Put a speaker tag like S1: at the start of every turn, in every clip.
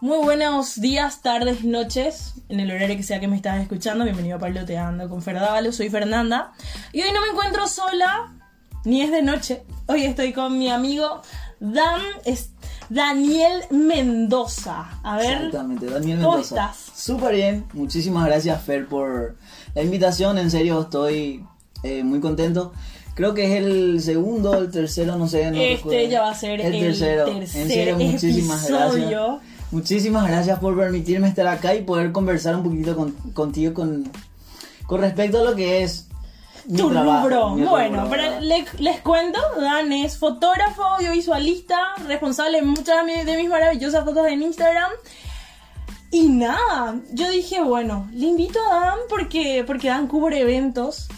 S1: Muy buenos días, tardes, noches, en el horario que sea que me estás escuchando. Bienvenido a Parloteando con Ferdávalo, soy Fernanda. Y hoy no me encuentro sola, ni es de noche. Hoy estoy con mi amigo Dan, es- Daniel Mendoza. A ver,
S2: Exactamente, Daniel
S1: ¿cómo
S2: Mendoza.
S1: estás?
S2: Súper bien, muchísimas gracias Fer por la invitación, en serio estoy eh, muy contento. Creo que es el segundo, el tercero, no sé. No
S1: Este
S2: recuerdo.
S1: ya va a ser el tercer
S2: en serio, muchísimas
S1: episodio.
S2: gracias. Muchísimas gracias por permitirme estar acá y poder conversar un poquito con- contigo con, con respecto a lo que es mi
S1: tu
S2: trabajo,
S1: rubro.
S2: mi
S1: Bueno,
S2: rubro,
S1: pero
S2: ¿verdad?
S1: les, les cuento, Dan es fotógrafo, audiovisualista, responsable de muchas de mi- de mis maravillosas fotos en Instagram. Y nada, yo dije, bueno, le invito a Dan porque, porque Dan cubre eventos.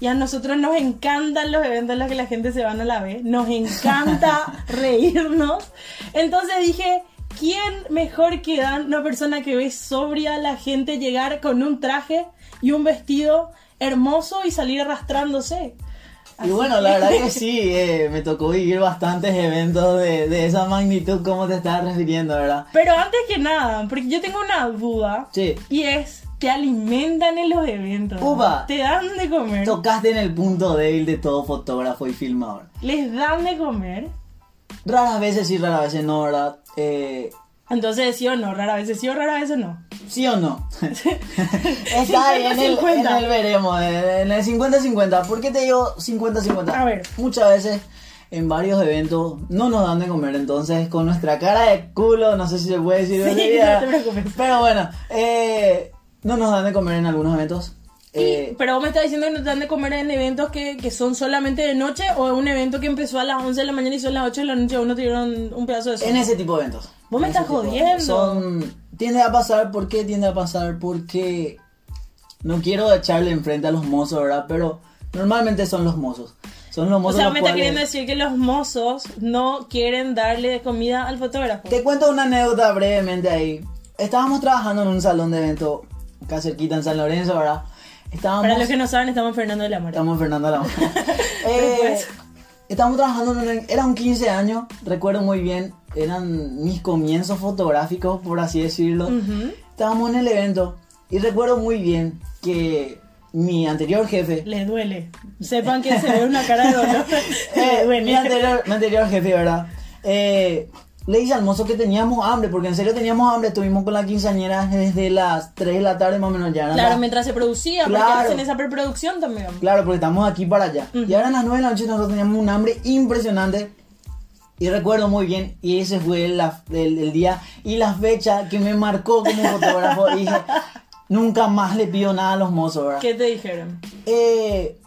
S1: Y a nosotros nos encantan los eventos en los que la gente se va a la B. Nos encanta reírnos. Entonces dije, ¿quién mejor que Dan, una persona que ve sobria a la gente llegar con un traje y un vestido hermoso y salir arrastrándose?
S2: Y
S1: Así
S2: bueno, la verdad que sí, eh, me tocó vivir bastantes eventos de, de esa magnitud como te estabas refiriendo, ¿verdad?
S1: Pero antes que nada, porque yo tengo una duda.
S2: Sí,
S1: Y es, te alimentan en los eventos.
S2: Upa.
S1: Te dan de comer.
S2: tocaste en el punto débil de todo fotógrafo y filmador.
S1: Les dan de comer.
S2: Raras veces sí, raras veces no, ¿verdad? Eh,
S1: Entonces sí o no, rara veces sí o rara veces no.
S2: ¿Sí o no? Está ahí en el,
S1: 50-50.
S2: en el veremos, eh, en el 50-50. ¿Por qué te digo 50-50?
S1: A ver.
S2: Muchas veces en varios eventos no nos dan de comer, entonces con nuestra cara de culo, no sé si se puede decir.
S1: Sí,
S2: grosería,
S1: no te preocupes.
S2: Pero bueno, eh, no nos dan de comer en algunos eventos.
S1: Y-
S2: Eh,
S1: pero vos me estás diciendo que no te dan de comer en eventos que, que son solamente de noche o en un evento que empezó a las 11 de la mañana y son las 8 de la noche uno te dieron un pedazo de
S2: en
S1: eso.
S2: ese tipo de eventos.
S1: Vos me
S2: En ese
S1: estás
S2: tipo de
S1: jodiendo.
S2: eventos. Son, tiende a pasar, ¿por qué tiende a pasar? Porque no quiero echarle enfrente a los mozos, ¿verdad? Pero normalmente son los mozos. Son los
S1: O
S2: mozos
S1: sea,
S2: los
S1: me está
S2: cuales-
S1: queriendo decir que los mozos no quieren darle de comida al fotógrafo.
S2: Te cuento una anécdota brevemente ahí. Estábamos trabajando en un salón de evento acá cerquita en San Lorenzo, ¿verdad? Estábamos,
S1: Para los que no saben, estamos en Fernando de la Mora.
S2: Estamos en Fernando Alamo.
S1: Después.
S2: estábamos trabajando en un... Era un 15 años, recuerdo muy bien. Eran mis comienzos fotográficos, por así decirlo.
S1: Ujú.
S2: Estábamos en el evento y recuerdo muy bien que mi anterior jefe...
S1: Les duele. Sepan que se ve una cara de dolor.
S2: Eh,
S1: Les duele.
S2: mi, anterior, mi anterior jefe, ¿verdad? Eh, le dije al mozo que teníamos hambre, porque en serio teníamos hambre. Estuvimos con la quinceañera desde las 3 de la tarde, más o menos ya. eran
S1: Claro,
S2: las-
S1: mientras se producía, porque
S2: Claro.
S1: hacen esa preproducción también.
S2: claro, porque estamos aquí para allá.
S1: Ujú.
S2: Y ahora a las 9 de la noche nosotros teníamos un hambre impresionante. Y recuerdo muy bien, y ese fue el, la- el- el día y la fecha que me marcó como fotógrafo. Y dije, nunca más le pido nada a los mozos, ¿verdad?
S1: ¿Qué te dijeron?
S2: Eh,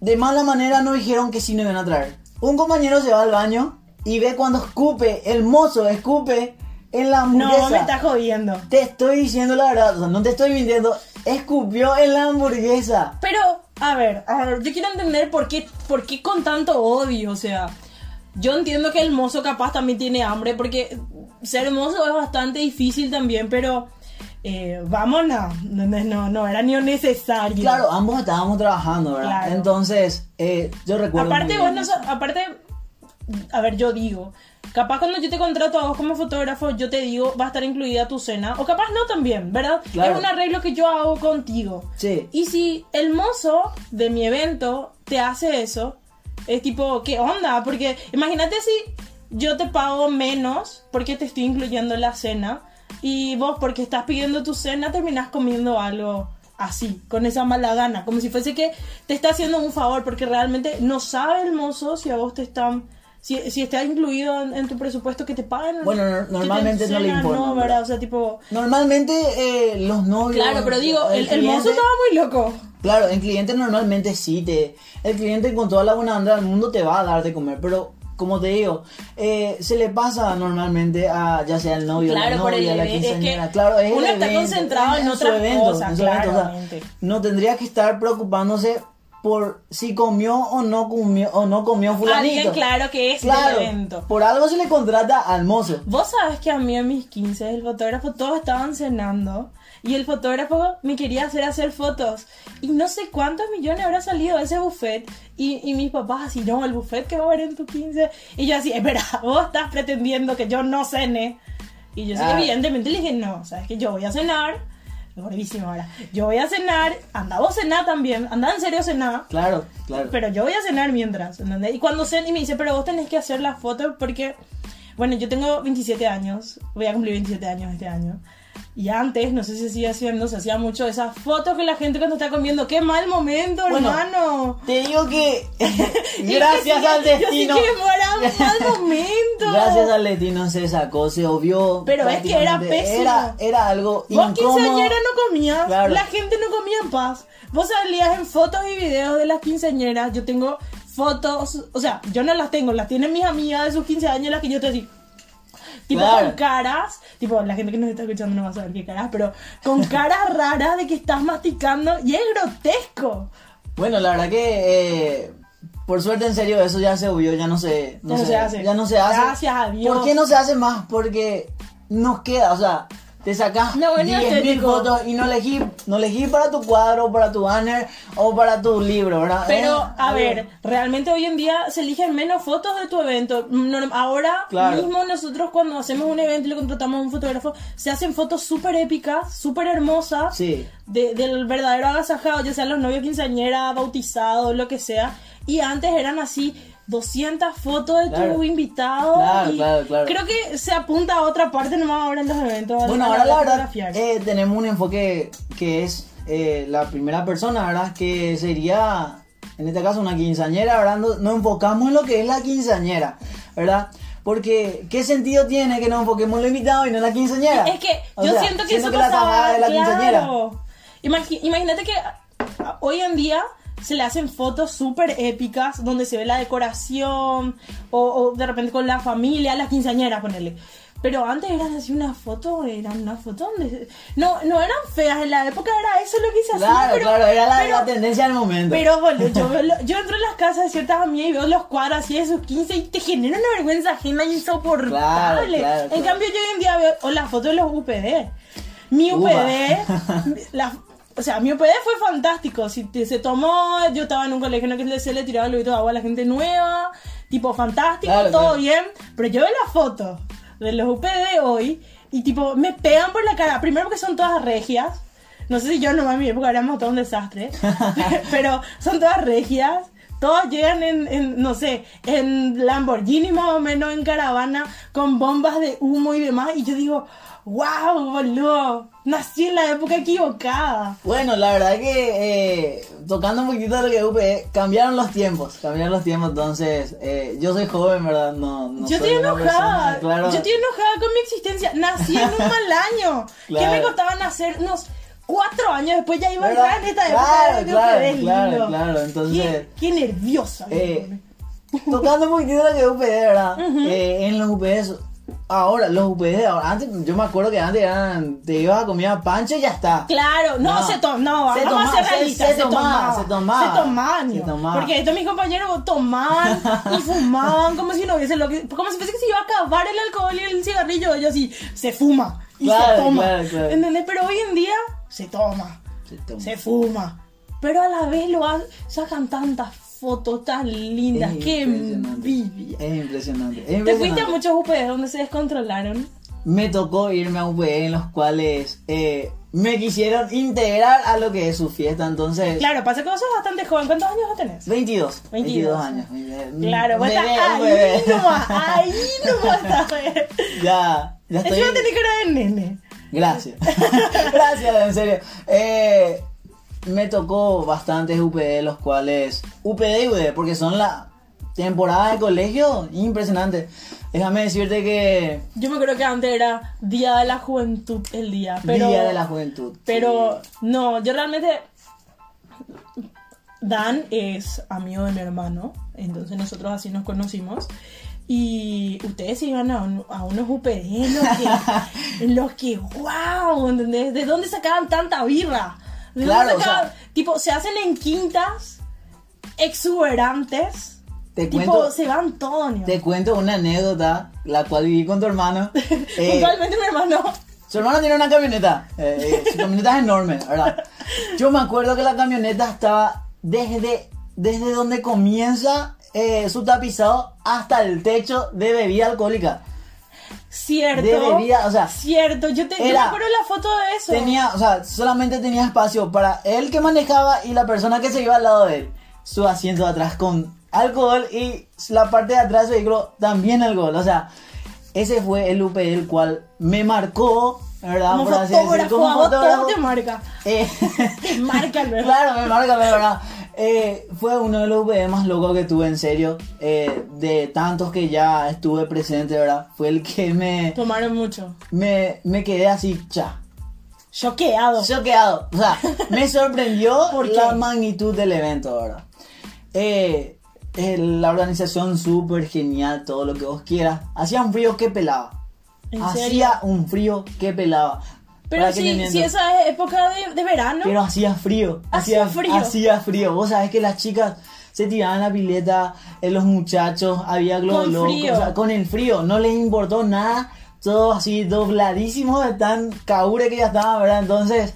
S2: de mala manera no dijeron que sí me iban a traer. Un compañero se va al baño y ve cuando escupe, el mozo escupe en la
S1: No,
S2: hamburguesa.
S1: me estás jodiendo.
S2: Te estoy diciendo la verdad, o sea, no te estoy mintiendo. Escupió en la hamburguesa.
S1: Pero, a ver, a ver, yo quiero entender por qué, por qué con tanto odio, o sea, yo entiendo que el mozo capaz también tiene hambre, porque ser mozo es bastante difícil también, pero eh, vámonos, no, no, no era ni necesario.
S2: Claro, ambos estábamos trabajando, ¿verdad?
S1: Claro.
S2: Entonces, eh, yo recuerdo.
S1: Aparte,
S2: muy
S1: vos
S2: bien
S1: no
S2: eso.
S1: so- aparte, a ver, yo digo, capaz cuando yo te contrato a vos como fotógrafo, yo te digo, va a estar incluida tu cena, o capaz no también, ¿verdad?
S2: Claro.
S1: Es un arreglo que yo hago contigo.
S2: Sí.
S1: Y si el mozo de mi evento te hace eso, es tipo, ¿qué onda? Porque imagínate si yo te pago menos porque te estoy incluyendo la cena y vos porque estás pidiendo tu cena terminás comiendo algo así, con esa mala gana, como si fuese que te está haciendo un favor porque realmente no sabe el mozo si a vos te están... Si, si está incluido en, en tu presupuesto que te pagan.
S2: Bueno, no-
S1: que te
S2: normalmente no le
S1: cena,
S2: informan,
S1: No, ¿verdad?
S2: ¿verdad?
S1: O sea, tipo...
S2: Normalmente eh, los novios.
S1: Claro, pero digo, el, el
S2: cliente-
S1: mozo estaba muy loco.
S2: Claro, el cliente normalmente sí te. El cliente con toda la buena onda del mundo te va a dar de comer, pero como te digo, eh, se le pasa normalmente a ya sea el novio, la
S1: Claro, por
S2: novia,
S1: el
S2: la
S1: evento, es
S2: quinceañera.
S1: que
S2: claro, es el
S1: uno está
S2: evento,
S1: concentrado en
S2: su
S1: otras
S2: evento,
S1: cosas,
S2: en su evento, o sea,
S1: claramente.
S2: no tendría que estar preocupándose por si comió o no comió o no comió fulanito.
S1: Alguien claro que es del
S2: Claro,
S1: evento.
S2: Por algo se le contrata al mozo.
S1: Vos sabés que a mí en mis 15 el fotógrafo todos estaban cenando y el fotógrafo me quería hacer hacer fotos y no sé cuántos millones habrá salido de ese buffet y, y mis papás así, no, el buffet que va a haber en tu 15 y yo así, espera, vos estás pretendiendo que yo no cene Y yo sé
S2: Ah.
S1: que evidentemente le dije, no, sabes que yo voy a cenar. Gordísimo ahora. Yo voy a cenar. Anda vos cená también. Anda en serio cená.
S2: Claro, claro.
S1: Pero yo voy a cenar mientras, ¿entendés? Y cuando cen y me dice, pero vos tenés que hacer las fotos porque, bueno, yo tengo 27 años, voy a cumplir 27 años este año. Y antes, no sé si se sigue haciendo, se hacía mucho esas fotos que la gente cuando está comiendo, qué mal momento,
S2: Bueno,
S1: hermano.
S2: Te digo que
S1: Y yo
S2: gracias
S1: sí-
S2: al destino.
S1: Yo sí que fuera un mal momento.
S2: Gracias al destino se sacó, se obvió.
S1: Pero es que era
S2: prácticamente.
S1: pésimo.
S2: Era, era algo
S1: Vos
S2: incómodo.
S1: quinceañera no comías,
S2: Claro.
S1: la gente no comía en paz. Vos salías en fotos y videos de las quinceañeras. Yo tengo fotos, o sea, yo no las tengo, las tienen mis amigas de sus 15 años, las que yo te digo. Tipo
S2: Claro.
S1: con caras, tipo la gente que nos está escuchando no va a saber qué caras, pero con caras raras de que estás masticando y es grotesco.
S2: Bueno, la verdad que eh, por suerte en serio eso ya se obvió, ya no se,
S1: Ya no se hace.
S2: Ya no se hace.
S1: Gracias a Dios.
S2: ¿Por qué no se hace más? Porque nos queda, o sea, te sacás
S1: No, bueno,
S2: 10.000
S1: estético.
S2: fotos y no elegí, no elegí para tu cuadro, para tu banner o para tu libro, ¿verdad? Eh,
S1: Pero, a
S2: algo-
S1: ver, realmente hoy en día se eligen menos fotos de tu evento. No- Ahora
S2: Claro.
S1: mismo nosotros cuando hacemos un evento y le contratamos a un fotógrafo, se hacen fotos súper épicas, súper hermosas,
S2: Sí.
S1: de- del verdadero agasajado, ya sean los novios, quinceañera, bautizados, lo que sea. Y antes eran así 200 fotos de
S2: Claro.
S1: tu invitado.
S2: Claro,
S1: y
S2: claro, claro.
S1: Creo que se apunta a otra parte nomás ahora en los eventos.
S2: Bueno,
S1: a la hora
S2: ahora la
S1: de
S2: verdad
S1: fotografiar.
S2: eh, tenemos un enfoque que es eh, la primera persona, ¿verdad? Que sería, en este caso, una quinceañera, ¿verdad? No- Nos, enfocamos en lo que es la quinceañera, ¿verdad? Porque, ¿qué sentido tiene que nos enfoquemos en lo invitado y no en la quinceañera?
S1: Es que
S2: O
S1: yo
S2: sea,
S1: siento que eso
S2: la tajada
S1: pasaba.
S2: de la quinceañera.
S1: claro. Imagi- imagínate que ah, hoy en día se le hacen fotos súper épicas donde se ve la decoración o, o de repente con la familia, las quinceañeras, ponerle. Pero antes eran así una foto, eran una foto donde... se- No, no eran feas, en la época era eso lo que se hacía.
S2: Claro,
S1: pero-
S2: claro, era la,
S1: pero-
S2: la tendencia del momento.
S1: pero boludo, yo, veo lo- yo entro en las casas de ciertas amigas y veo los cuadros así de sus 15 y te genera una vergüenza ajena insoportable.
S2: Claro, claro,
S1: en
S2: claro.
S1: cambio, yo hoy en día veo o las fotos de los UPD. Mi
S2: Uva.
S1: UPD, la- o sea, mi UPD fue fantástico. Si te- se tomó, yo estaba en un colegio en el que se le tiraba el de agua a la gente nueva, tipo fantástico,
S2: Claro,
S1: todo
S2: claro.
S1: bien. Pero yo veo las fotos de los UPD hoy y tipo me pegan por la cara. Primero porque son todas regias. No sé si yo nomás en mi época éramos todo un desastre. pero son todas regias. Todas llegan en, en, no sé, en Lamborghini más o menos, en caravana, con bombas de humo y demás. Y yo digo, wow, boludo, nací en la época equivocada.
S2: Bueno, la verdad que eh, tocando un poquitito de lo que UPE, cambiaron los tiempos, cambiaron los tiempos, entonces eh, yo soy joven, ¿verdad? No, no
S1: yo
S2: soy
S1: estoy
S2: una
S1: enojada.
S2: persona, claro.
S1: Yo estoy enojada con mi existencia. Nací en un mal año.
S2: Claro.
S1: ¿Qué me costaba nacer unos cuatro años después? Ya iba a
S2: ¿Verdad?
S1: entrar en esta
S2: Claro,
S1: época. de
S2: claro,
S1: UPD,
S2: claro,
S1: lindo.
S2: claro, entonces-
S1: Qué, qué nerviosa.
S2: Eh, tocando un poquitito de lo que UPD, ¿verdad? Eh, en los UPDs, ahora, los UPDs, ahora, antes, yo me acuerdo que antes eran, te ibas a comer a pancho y ya está.
S1: Claro, no, se tomó, no,
S2: Se
S1: vamos
S2: toma-
S1: a ser realistas,
S2: se-
S1: se,
S2: se tomaba,
S1: tomaba,
S2: se tomaba,
S1: se tomaban,
S2: se
S1: ¿no?
S2: tomaba.
S1: porque estos mis compañeros tomaban y fumaban como si no hubiese lo que, como si fuese que se iba a acabar el alcohol y el cigarrillo, ellos así, se fuma y
S2: Claro,
S1: se toma,
S2: claro, claro.
S1: ¿entendés? Pero hoy en día se toma,
S2: Se toma.
S1: se fuma, pero a la vez lo ha- sacan tantas fotos tan lindas,
S2: Es
S1: qué
S2: impresionante,
S1: envidia.
S2: Es impresionante. es
S1: ¿Te fuiste
S2: impresionante.
S1: a muchos UPDs donde se descontrolaron?
S2: me tocó irme a UPE en los cuales eh, me quisieron integrar a lo que es su fiesta, entonces...
S1: Claro, pasa que vos sos bastante joven, ¿cuántos años vos tenés?
S2: 22, 22
S1: 22
S2: años. Eh, Un
S1: Claro, vos estás ah,
S2: bebé, un
S1: ahí
S2: bebé.
S1: nomás, ahí nomás estás.
S2: Ya, ya estoy.
S1: ah. Encima tenés cara de nene.
S2: Gracias. Gracias, en serio. Eh, me tocó bastantes UPD, los cuales. UPD y UD, porque son la temporada de colegio. Impresionante. Déjame decirte que.
S1: Yo me creo que antes era Día de la Juventud el día, pero...
S2: Día de la Juventud.
S1: Pero no, yo realmente... Dan es amigo de mi hermano, entonces nosotros así nos conocimos. Y ustedes se iban a, un- a unos UPD en los que, en los que, wow, ¿entendés? ¿De dónde sacaban tanta birra? ¿De dónde
S2: Claro, o
S1: sacaban?
S2: sea-
S1: tipo, se hacen en quintas exuberantes.
S2: Te
S1: tipo,
S2: cuento-
S1: se van todos. ¿no?
S2: Te cuento una anécdota, la cual viví con tu hermano. Eh,
S1: Puntualmente mi hermano.
S2: Su hermano tiene una camioneta. eh, eh, su camioneta es enorme, ¿verdad? Yo me acuerdo que la camioneta estaba desde, desde donde comienza eh, su tapizado hasta el techo de bebida alcohólica.
S1: Cierto.
S2: de bebida, o sea,
S1: Cierto. Yo, te, yo
S2: era-
S1: me acuerdo la foto de eso.
S2: Tenía, o sea, solamente tenía espacio para él que manejaba y la persona que se iba al lado de él. Su asiento de atrás con alcohol y la parte de atrás del vehículo también alcohol. O sea, ese fue el UP el cual me marcó, ¿verdad?
S1: como
S2: Por así
S1: fotógrafo,
S2: decir, como
S1: a vos todo
S2: fotógrafo.
S1: te marca.
S2: Eh,
S1: Te marca, ¿verdad?
S2: claro, me marca, me marca. Eh, fue uno de los UPE más locos que tuve, en serio. Eh, de tantos que ya estuve presente, ¿verdad? Fue el que me,
S1: Tomaron mucho.
S2: me, me quedé así, cha.
S1: Choqueado.
S2: Choqueado. O sea, me sorprendió
S1: ¿Por qué?
S2: la magnitud del evento ahora. Eh, eh, la organización súper genial, todo lo que vos quieras. Hacía un frío que pelaba.
S1: ¿En
S2: Hacía
S1: serio?
S2: un frío que pelaba.
S1: Pero
S2: ¿Para qué te
S1: si,
S2: miento?
S1: si esa es época de, de verano.
S2: Pero hacía frío.
S1: Hacía
S2: Hacía
S1: frío.
S2: frío. Hacía frío. Vos sabés que las chicas se tiraban a la pileta, eh, los muchachos, había globos
S1: Con
S2: locos,
S1: frío.
S2: o sea, con el frío, no les importó nada, todo así dobladísimo de tan caure que ya estaba, ¿verdad? Entonces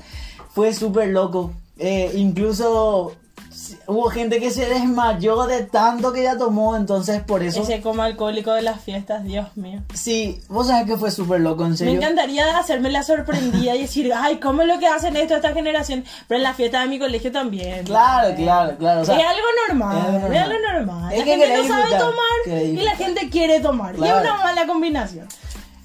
S2: fue súper loco. Eh, incluso s- hubo gente que se desmayó de tanto que ya tomó, entonces por eso...
S1: Ese coma alcohólico de las fiestas, Dios mío.
S2: Sí, vos sabés que fue súper loco, en
S1: Me
S2: serio.
S1: encantaría hacerme la sorprendida y decir, ay, ¿cómo es lo que hacen esto esta generación? Pero en la fiesta de mi colegio también.
S2: Claro, claro, claro. o sea,
S1: es algo normal,
S2: es
S1: es
S2: algo
S1: algo
S2: normal.
S1: normal.
S2: Es
S1: la
S2: que
S1: gente no
S2: querés
S1: sabe
S2: disfrutar,
S1: tomar
S2: querés
S1: y la
S2: disfrutar.
S1: gente quiere tomar. Y
S2: Claro.
S1: es una mala combinación.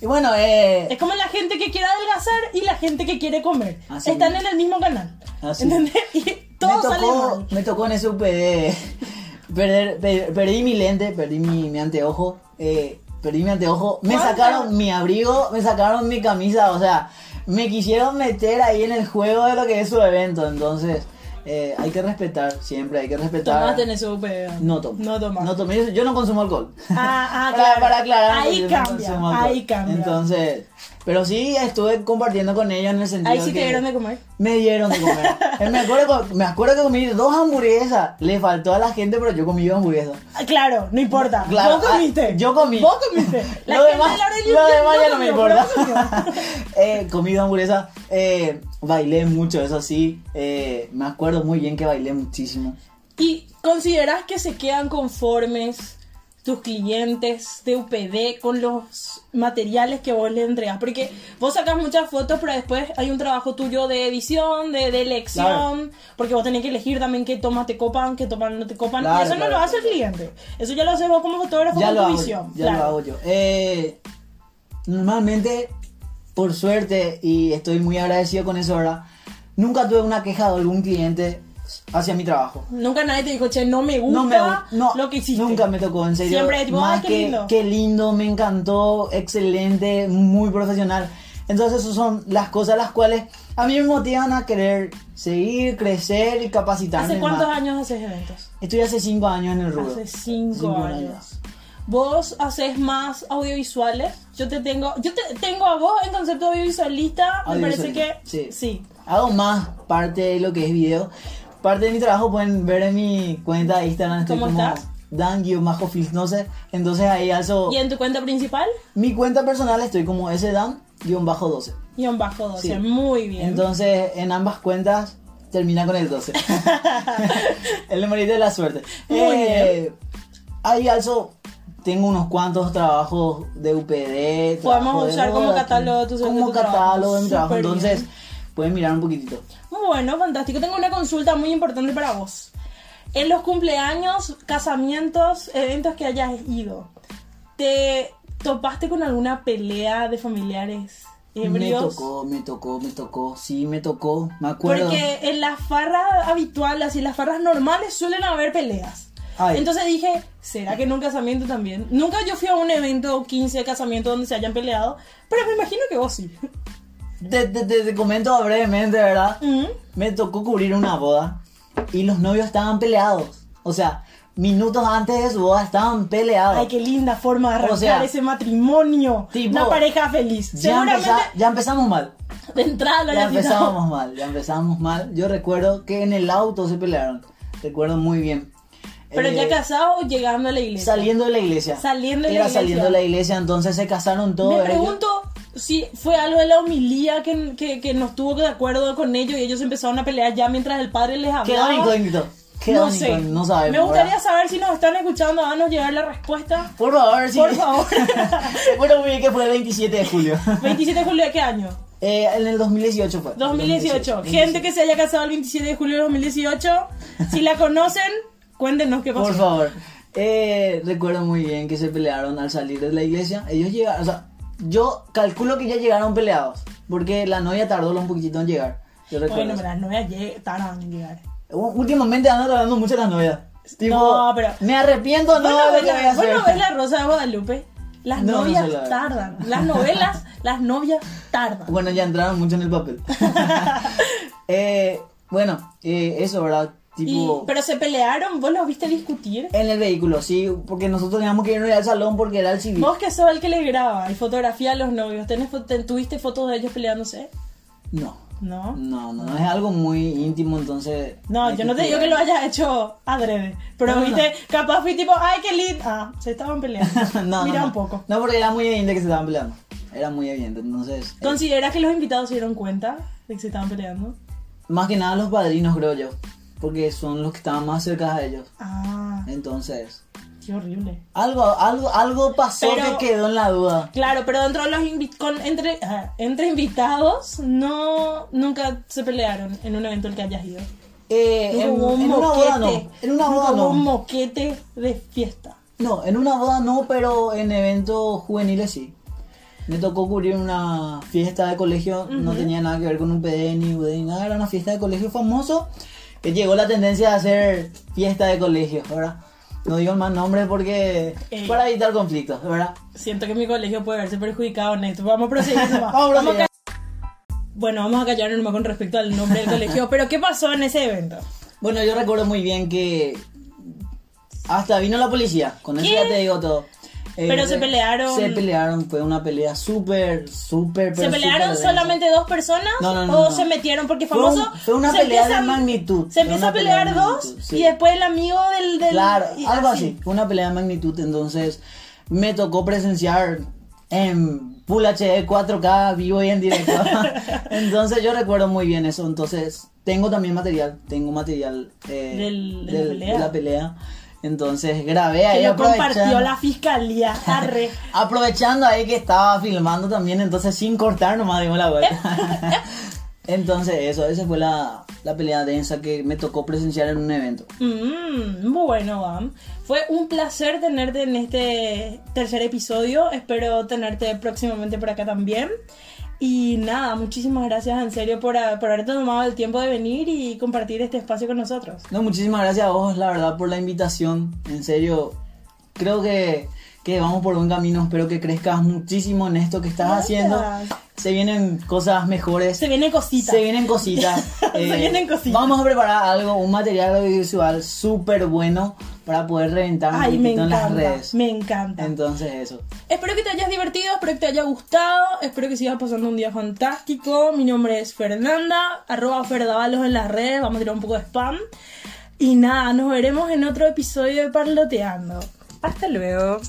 S2: y bueno, eh,
S1: Es como la gente que quiere adelgazar y la gente que quiere comer.
S2: Así
S1: Están
S2: mismo.
S1: en el mismo canal.
S2: Así.
S1: ¿Entendés? Y todo
S2: Ah, me,
S1: sale
S2: tocó,
S1: mal.
S2: me tocó en ese UPD. Perder, per- perdí mi lente, perdí mi, mi anteojo. eh, perdí mi anteojo. Me
S1: ¿Cuántas?
S2: sacaron mi abrigo, me sacaron mi camisa. O sea, me quisieron meter ahí en el juego de lo que es su evento. Entonces, eh, hay que respetar, siempre hay que respetar.
S1: Tomaste en ese UPE.
S2: No tomo.
S1: No tomaste.
S2: No tomé. Yo, yo no consumo alcohol.
S1: Ah, ah,
S2: para,
S1: claro.
S2: para aclarar.
S1: Ahí
S2: yo no
S1: cambia,
S2: consumo alcohol.
S1: ahí cambia.
S2: Entonces, pero sí estuve compartiendo con ella en el sentido
S1: Ahí sí
S2: que
S1: te dieron de comer.
S2: me dieron de comer. Eh, Me acuerdo, que- me acuerdo que comí dos hamburguesas. Le faltó a la gente, pero yo comí dos hamburguesas.
S1: Ah, Claro, no importa.
S2: Claro,
S1: vos comiste.
S2: ah, yo comí.
S1: Vos comiste. La
S2: lo
S1: gente
S2: demás,
S1: de la hora de
S2: lo
S1: YouTube
S2: demás ya no me
S1: comió, pero vos
S2: importa. eh, comí dos hamburguesas. eh, bailé mucho, eso sí. eh, me acuerdo muy bien que bailé muchísimo.
S1: ¿Y consideras que se quedan conformes tus clientes de UPD con los materiales que vos les entregas? Porque vos sacas muchas fotos, pero después hay un trabajo tuyo de edición, de, de elección,
S2: Claro.
S1: porque vos tenés que elegir también qué tomas te copan, qué tomas no te copan.
S2: Claro,
S1: y eso
S2: claro,
S1: no lo hace el cliente. Eso ya lo haces vos como fotógrafo
S2: ya
S1: con
S2: lo
S1: tu
S2: hago,
S1: visión.
S2: yo, ya
S1: claro.
S2: lo hago yo. Eh, normalmente, por suerte, y estoy muy agradecido con eso ahora, nunca tuve una queja de algún cliente hacia mi trabajo.
S1: Nunca nadie te dijo, che, no me gusta
S2: No me gu- no,
S1: lo que hiciste.
S2: Nunca me tocó, en serio.
S1: Siempre tipo,
S2: Más
S1: "Ay, qué
S2: que-
S1: lindo".
S2: Qué lindo, me encantó, excelente, muy profesional. Entonces, esas son las cosas las cuales a mí me motivan a querer seguir, crecer y capacitarme.
S1: ¿Hace cuántos
S2: más.
S1: años haces eventos?
S2: Estoy hace cinco años en el rubro.
S1: Hace cinco,
S2: Cinco
S1: años.
S2: años.
S1: Vos haces más audiovisuales. Yo te tengo, yo te tengo a vos en concepto audiovisualista. Me parece que
S2: Audiovisualista,
S1: sí.
S2: sí. Hago más parte de lo que es video. Parte de mi trabajo pueden ver en mi cuenta de Instagram. Estoy
S1: ¿Cómo
S2: como
S1: estás?
S2: Dan bajo Fils, no sé. Entonces ahí alzo.
S1: Y en tu cuenta principal,
S2: Mi cuenta personal estoy como ese Dan bajo 12.
S1: guión bajo 12.
S2: Sí.
S1: Muy bien.
S2: Entonces en ambas cuentas termina con el 12. el numerito de la suerte. Eh,
S1: Muy
S2: Ahí alzo. Tengo unos cuantos trabajos de UPD. trabajo de
S1: usar como
S2: boda,
S1: catálogo tus- de tu
S2: Como
S1: trabajo.
S2: catálogo de mi trabajo.
S1: Súper
S2: Entonces
S1: bien.
S2: pueden mirar un poquitito.
S1: Bueno, fantástico. Tengo una consulta muy importante para vos. En los cumpleaños, casamientos, eventos que hayas ido, ¿te topaste con alguna pelea de familiares
S2: Me
S1: ebrios?
S2: tocó, me tocó, me tocó, sí, me tocó, me acuerdo.
S1: Porque en las farras habituales y las farras normales suelen haber peleas.
S2: Ay.
S1: Entonces dije, ¿será que en un casamiento también? Nunca yo fui a un evento 15 casamiento donde se hayan peleado, pero me imagino que vos sí.
S2: Te, te- te- te comento brevemente, ¿verdad?
S1: Mm.
S2: Me tocó cubrir una boda y los novios estaban peleados. O sea, minutos antes de su boda estaban peleados.
S1: Ay, qué linda forma de arrancar
S2: O sea,
S1: ese matrimonio.
S2: tipo,
S1: Una pareja feliz.
S2: ya,
S1: Seguramente
S2: empeza- ya empezamos mal.
S1: de entrada lo
S2: Ya
S1: hayas
S2: empezábamos mal, ya empezábamos mal. Yo recuerdo que en el auto se pelearon. Recuerdo muy bien.
S1: Pero
S2: Eh,
S1: ya casado o llegando a la iglesia.
S2: Saliendo de la iglesia.
S1: Saliendo de la
S2: Era
S1: iglesia.
S2: saliendo de la iglesia, entonces se casaron todos.
S1: Me
S2: ellos.
S1: pregunto si fue algo de la homilía que, que, que nos tuvo de acuerdo con ellos y ellos empezaron a pelear ya mientras el padre les hablaba.
S2: Quedó incógnito. ¿Qué
S1: no
S2: Dani,
S1: sé.
S2: Dani? No sabemos,
S1: Me gustaría
S2: ¿verdad?
S1: saber si nos están escuchando, a nos llegar la respuesta.
S2: Por favor, sí.
S1: Por favor.
S2: Recuerdo muy bien que fue el 27 de julio.
S1: 27 de julio de qué año?
S2: Eh, en el 2018 fue.
S1: 2018. Gente que se haya casado el 27 de julio de 2018, si la conocen, cuéntenos qué pasó.
S2: Por favor. Eh, recuerdo muy bien que se pelearon al salir de la iglesia. Ellos llegaron, o sea, yo calculo que ya llegaron peleados. Porque la novia tardó un poquitito en llegar. Yo recuerdo.
S1: Bueno,
S2: eso.
S1: pero las novias lle- tardan en llegar.
S2: U- Últimamente andan tardando mucho las novias. Tipo,
S1: No, pero-
S2: Me arrepiento, no,
S1: bueno,
S2: de
S1: ves
S2: lo que voy a
S1: la,
S2: hacer.
S1: bueno, ves la Rosa de Guadalupe. Las
S2: No, no
S1: novias
S2: soy la-
S1: tardan. Las novelas, las novias tardan.
S2: Bueno, ya entraron mucho en el papel. Eh, bueno, eh, eso, ¿verdad? Tipo.
S1: Y- pero se pelearon, vos los viste discutir.
S2: En el vehículo, sí, porque nosotros teníamos que irnos al salón porque era el civil.
S1: Vos que sos el que le graba y fotografía a los novios, ¿tenés fo- ten- ¿tuviste fotos de ellos peleándose?
S2: No,
S1: No.
S2: no, no, no, es algo muy íntimo, entonces.
S1: No,
S2: hay
S1: yo no te digo
S2: cuidar.
S1: que lo hayas hecho adrede. Pero
S2: No, no,
S1: viste, capaz fui tipo, ay, qué lindo. Ah, se estaban peleando.
S2: no,
S1: Mira
S2: no, no.
S1: un poco.
S2: No, porque era muy evidente que se estaban peleando. Era muy evidente, entonces. eh,
S1: ¿Consideras que los invitados se dieron cuenta de que se estaban peleando?
S2: más que nada los padrinos, creo yo. Porque son los que estaban más cerca de ellos.
S1: Ah,
S2: Entonces.
S1: qué horrible.
S2: Algo, algo, algo pasó
S1: Pero-
S2: que quedó en la duda.
S1: Claro, pero dentro de los invi- con- entre, ah, entre invitados no nunca se pelearon en un evento al que hayas ido.
S2: Eh,
S1: Nunca
S2: en,
S1: hubo un
S2: en una boda
S1: moquete.
S2: no. En una
S1: Nunca
S2: boda
S1: hubo un
S2: no.
S1: moquete de fiesta.
S2: No, en una boda no, pero en eventos juveniles sí. Me tocó cubrir una fiesta de colegio, no tenía nada que ver con un PD ni UD ni nada, era una fiesta de colegio famoso que llegó la tendencia de hacer fiesta de colegio, ¿verdad? No digo más nombres porque.
S1: Ey.
S2: para evitar conflictos, ¿verdad? Vamos
S1: Siento que mi colegio puede verse perjudicado en esto. Vamos a proseguir. nomás.
S2: a
S1: Vamos a
S2: proseguir.
S1: ca- Bueno, vamos a callar nomás con respecto al nombre del colegio. Pero ¿qué pasó en ese evento?
S2: Bueno, yo recuerdo muy bien que. Hasta vino la policía, con eso
S1: ¿Qué?
S2: ya te digo todo. Eh,
S1: Pero se
S2: re-
S1: pelearon.
S2: Se pelearon, fue una pelea súper, súper.
S1: ¿Se
S2: pero
S1: pelearon
S2: súper densa.
S1: solamente dos personas?
S2: No, no, no,
S1: ¿O
S2: no.
S1: se metieron? Porque
S2: Fue un-
S1: famoso.
S2: fue una
S1: se
S2: pelea de
S1: empiezan-
S2: magnitud,
S1: Se
S2: fue
S1: empieza a
S2: una pelea de
S1: pelear dos
S2: magnitud, sí.
S1: y después el amigo del. del-
S2: Claro,
S1: y
S2: algo así, una pelea de magnitud. Entonces, me tocó presenciar en Full HD 4K vivo y en directo. entonces, yo recuerdo muy bien eso. Entonces, tengo también material, tengo material eh,
S1: Del- de la pelea.
S2: de la pelea. Entonces, grabé ahí
S1: Que lo compartió
S2: aprovechando,
S1: la fiscalía. Arre.
S2: aprovechando ahí que estaba filmando también. Entonces, sin cortar, nomás dimos la vuelta. entonces, eso, esa fue la, la pelea densa que me tocó presenciar en un evento.
S1: Mm, bueno, Bam. Fue un placer tenerte en este tercer episodio. Espero tenerte próximamente por acá también. Y nada, muchísimas gracias en serio por, a- por haberte tomado el tiempo de venir y compartir este espacio con nosotros.
S2: No, muchísimas gracias a vos, la verdad, por la invitación. En serio, creo que, que vamos por buen camino. Espero que crezcas muchísimo en esto que estás
S1: Gracias.
S2: haciendo. Se vienen cosas mejores.
S1: Se vienen cositas.
S2: Se vienen cositas. Eh,
S1: Se vienen cositas.
S2: Vamos a preparar algo, un material audiovisual súper bueno para poder reventar un
S1: Ay, me
S2: poquito en
S1: encanta.
S2: las redes.
S1: Me encanta.
S2: Entonces, eso.
S1: Espero que te hayas divertido, espero que te haya gustado, espero que sigas pasando un día fantástico. Mi nombre es Fernanda, arroba Ferdavalos en las redes, vamos a tirar un poco de spam. Y nada, nos veremos en otro episodio de Parloteando. Hasta luego.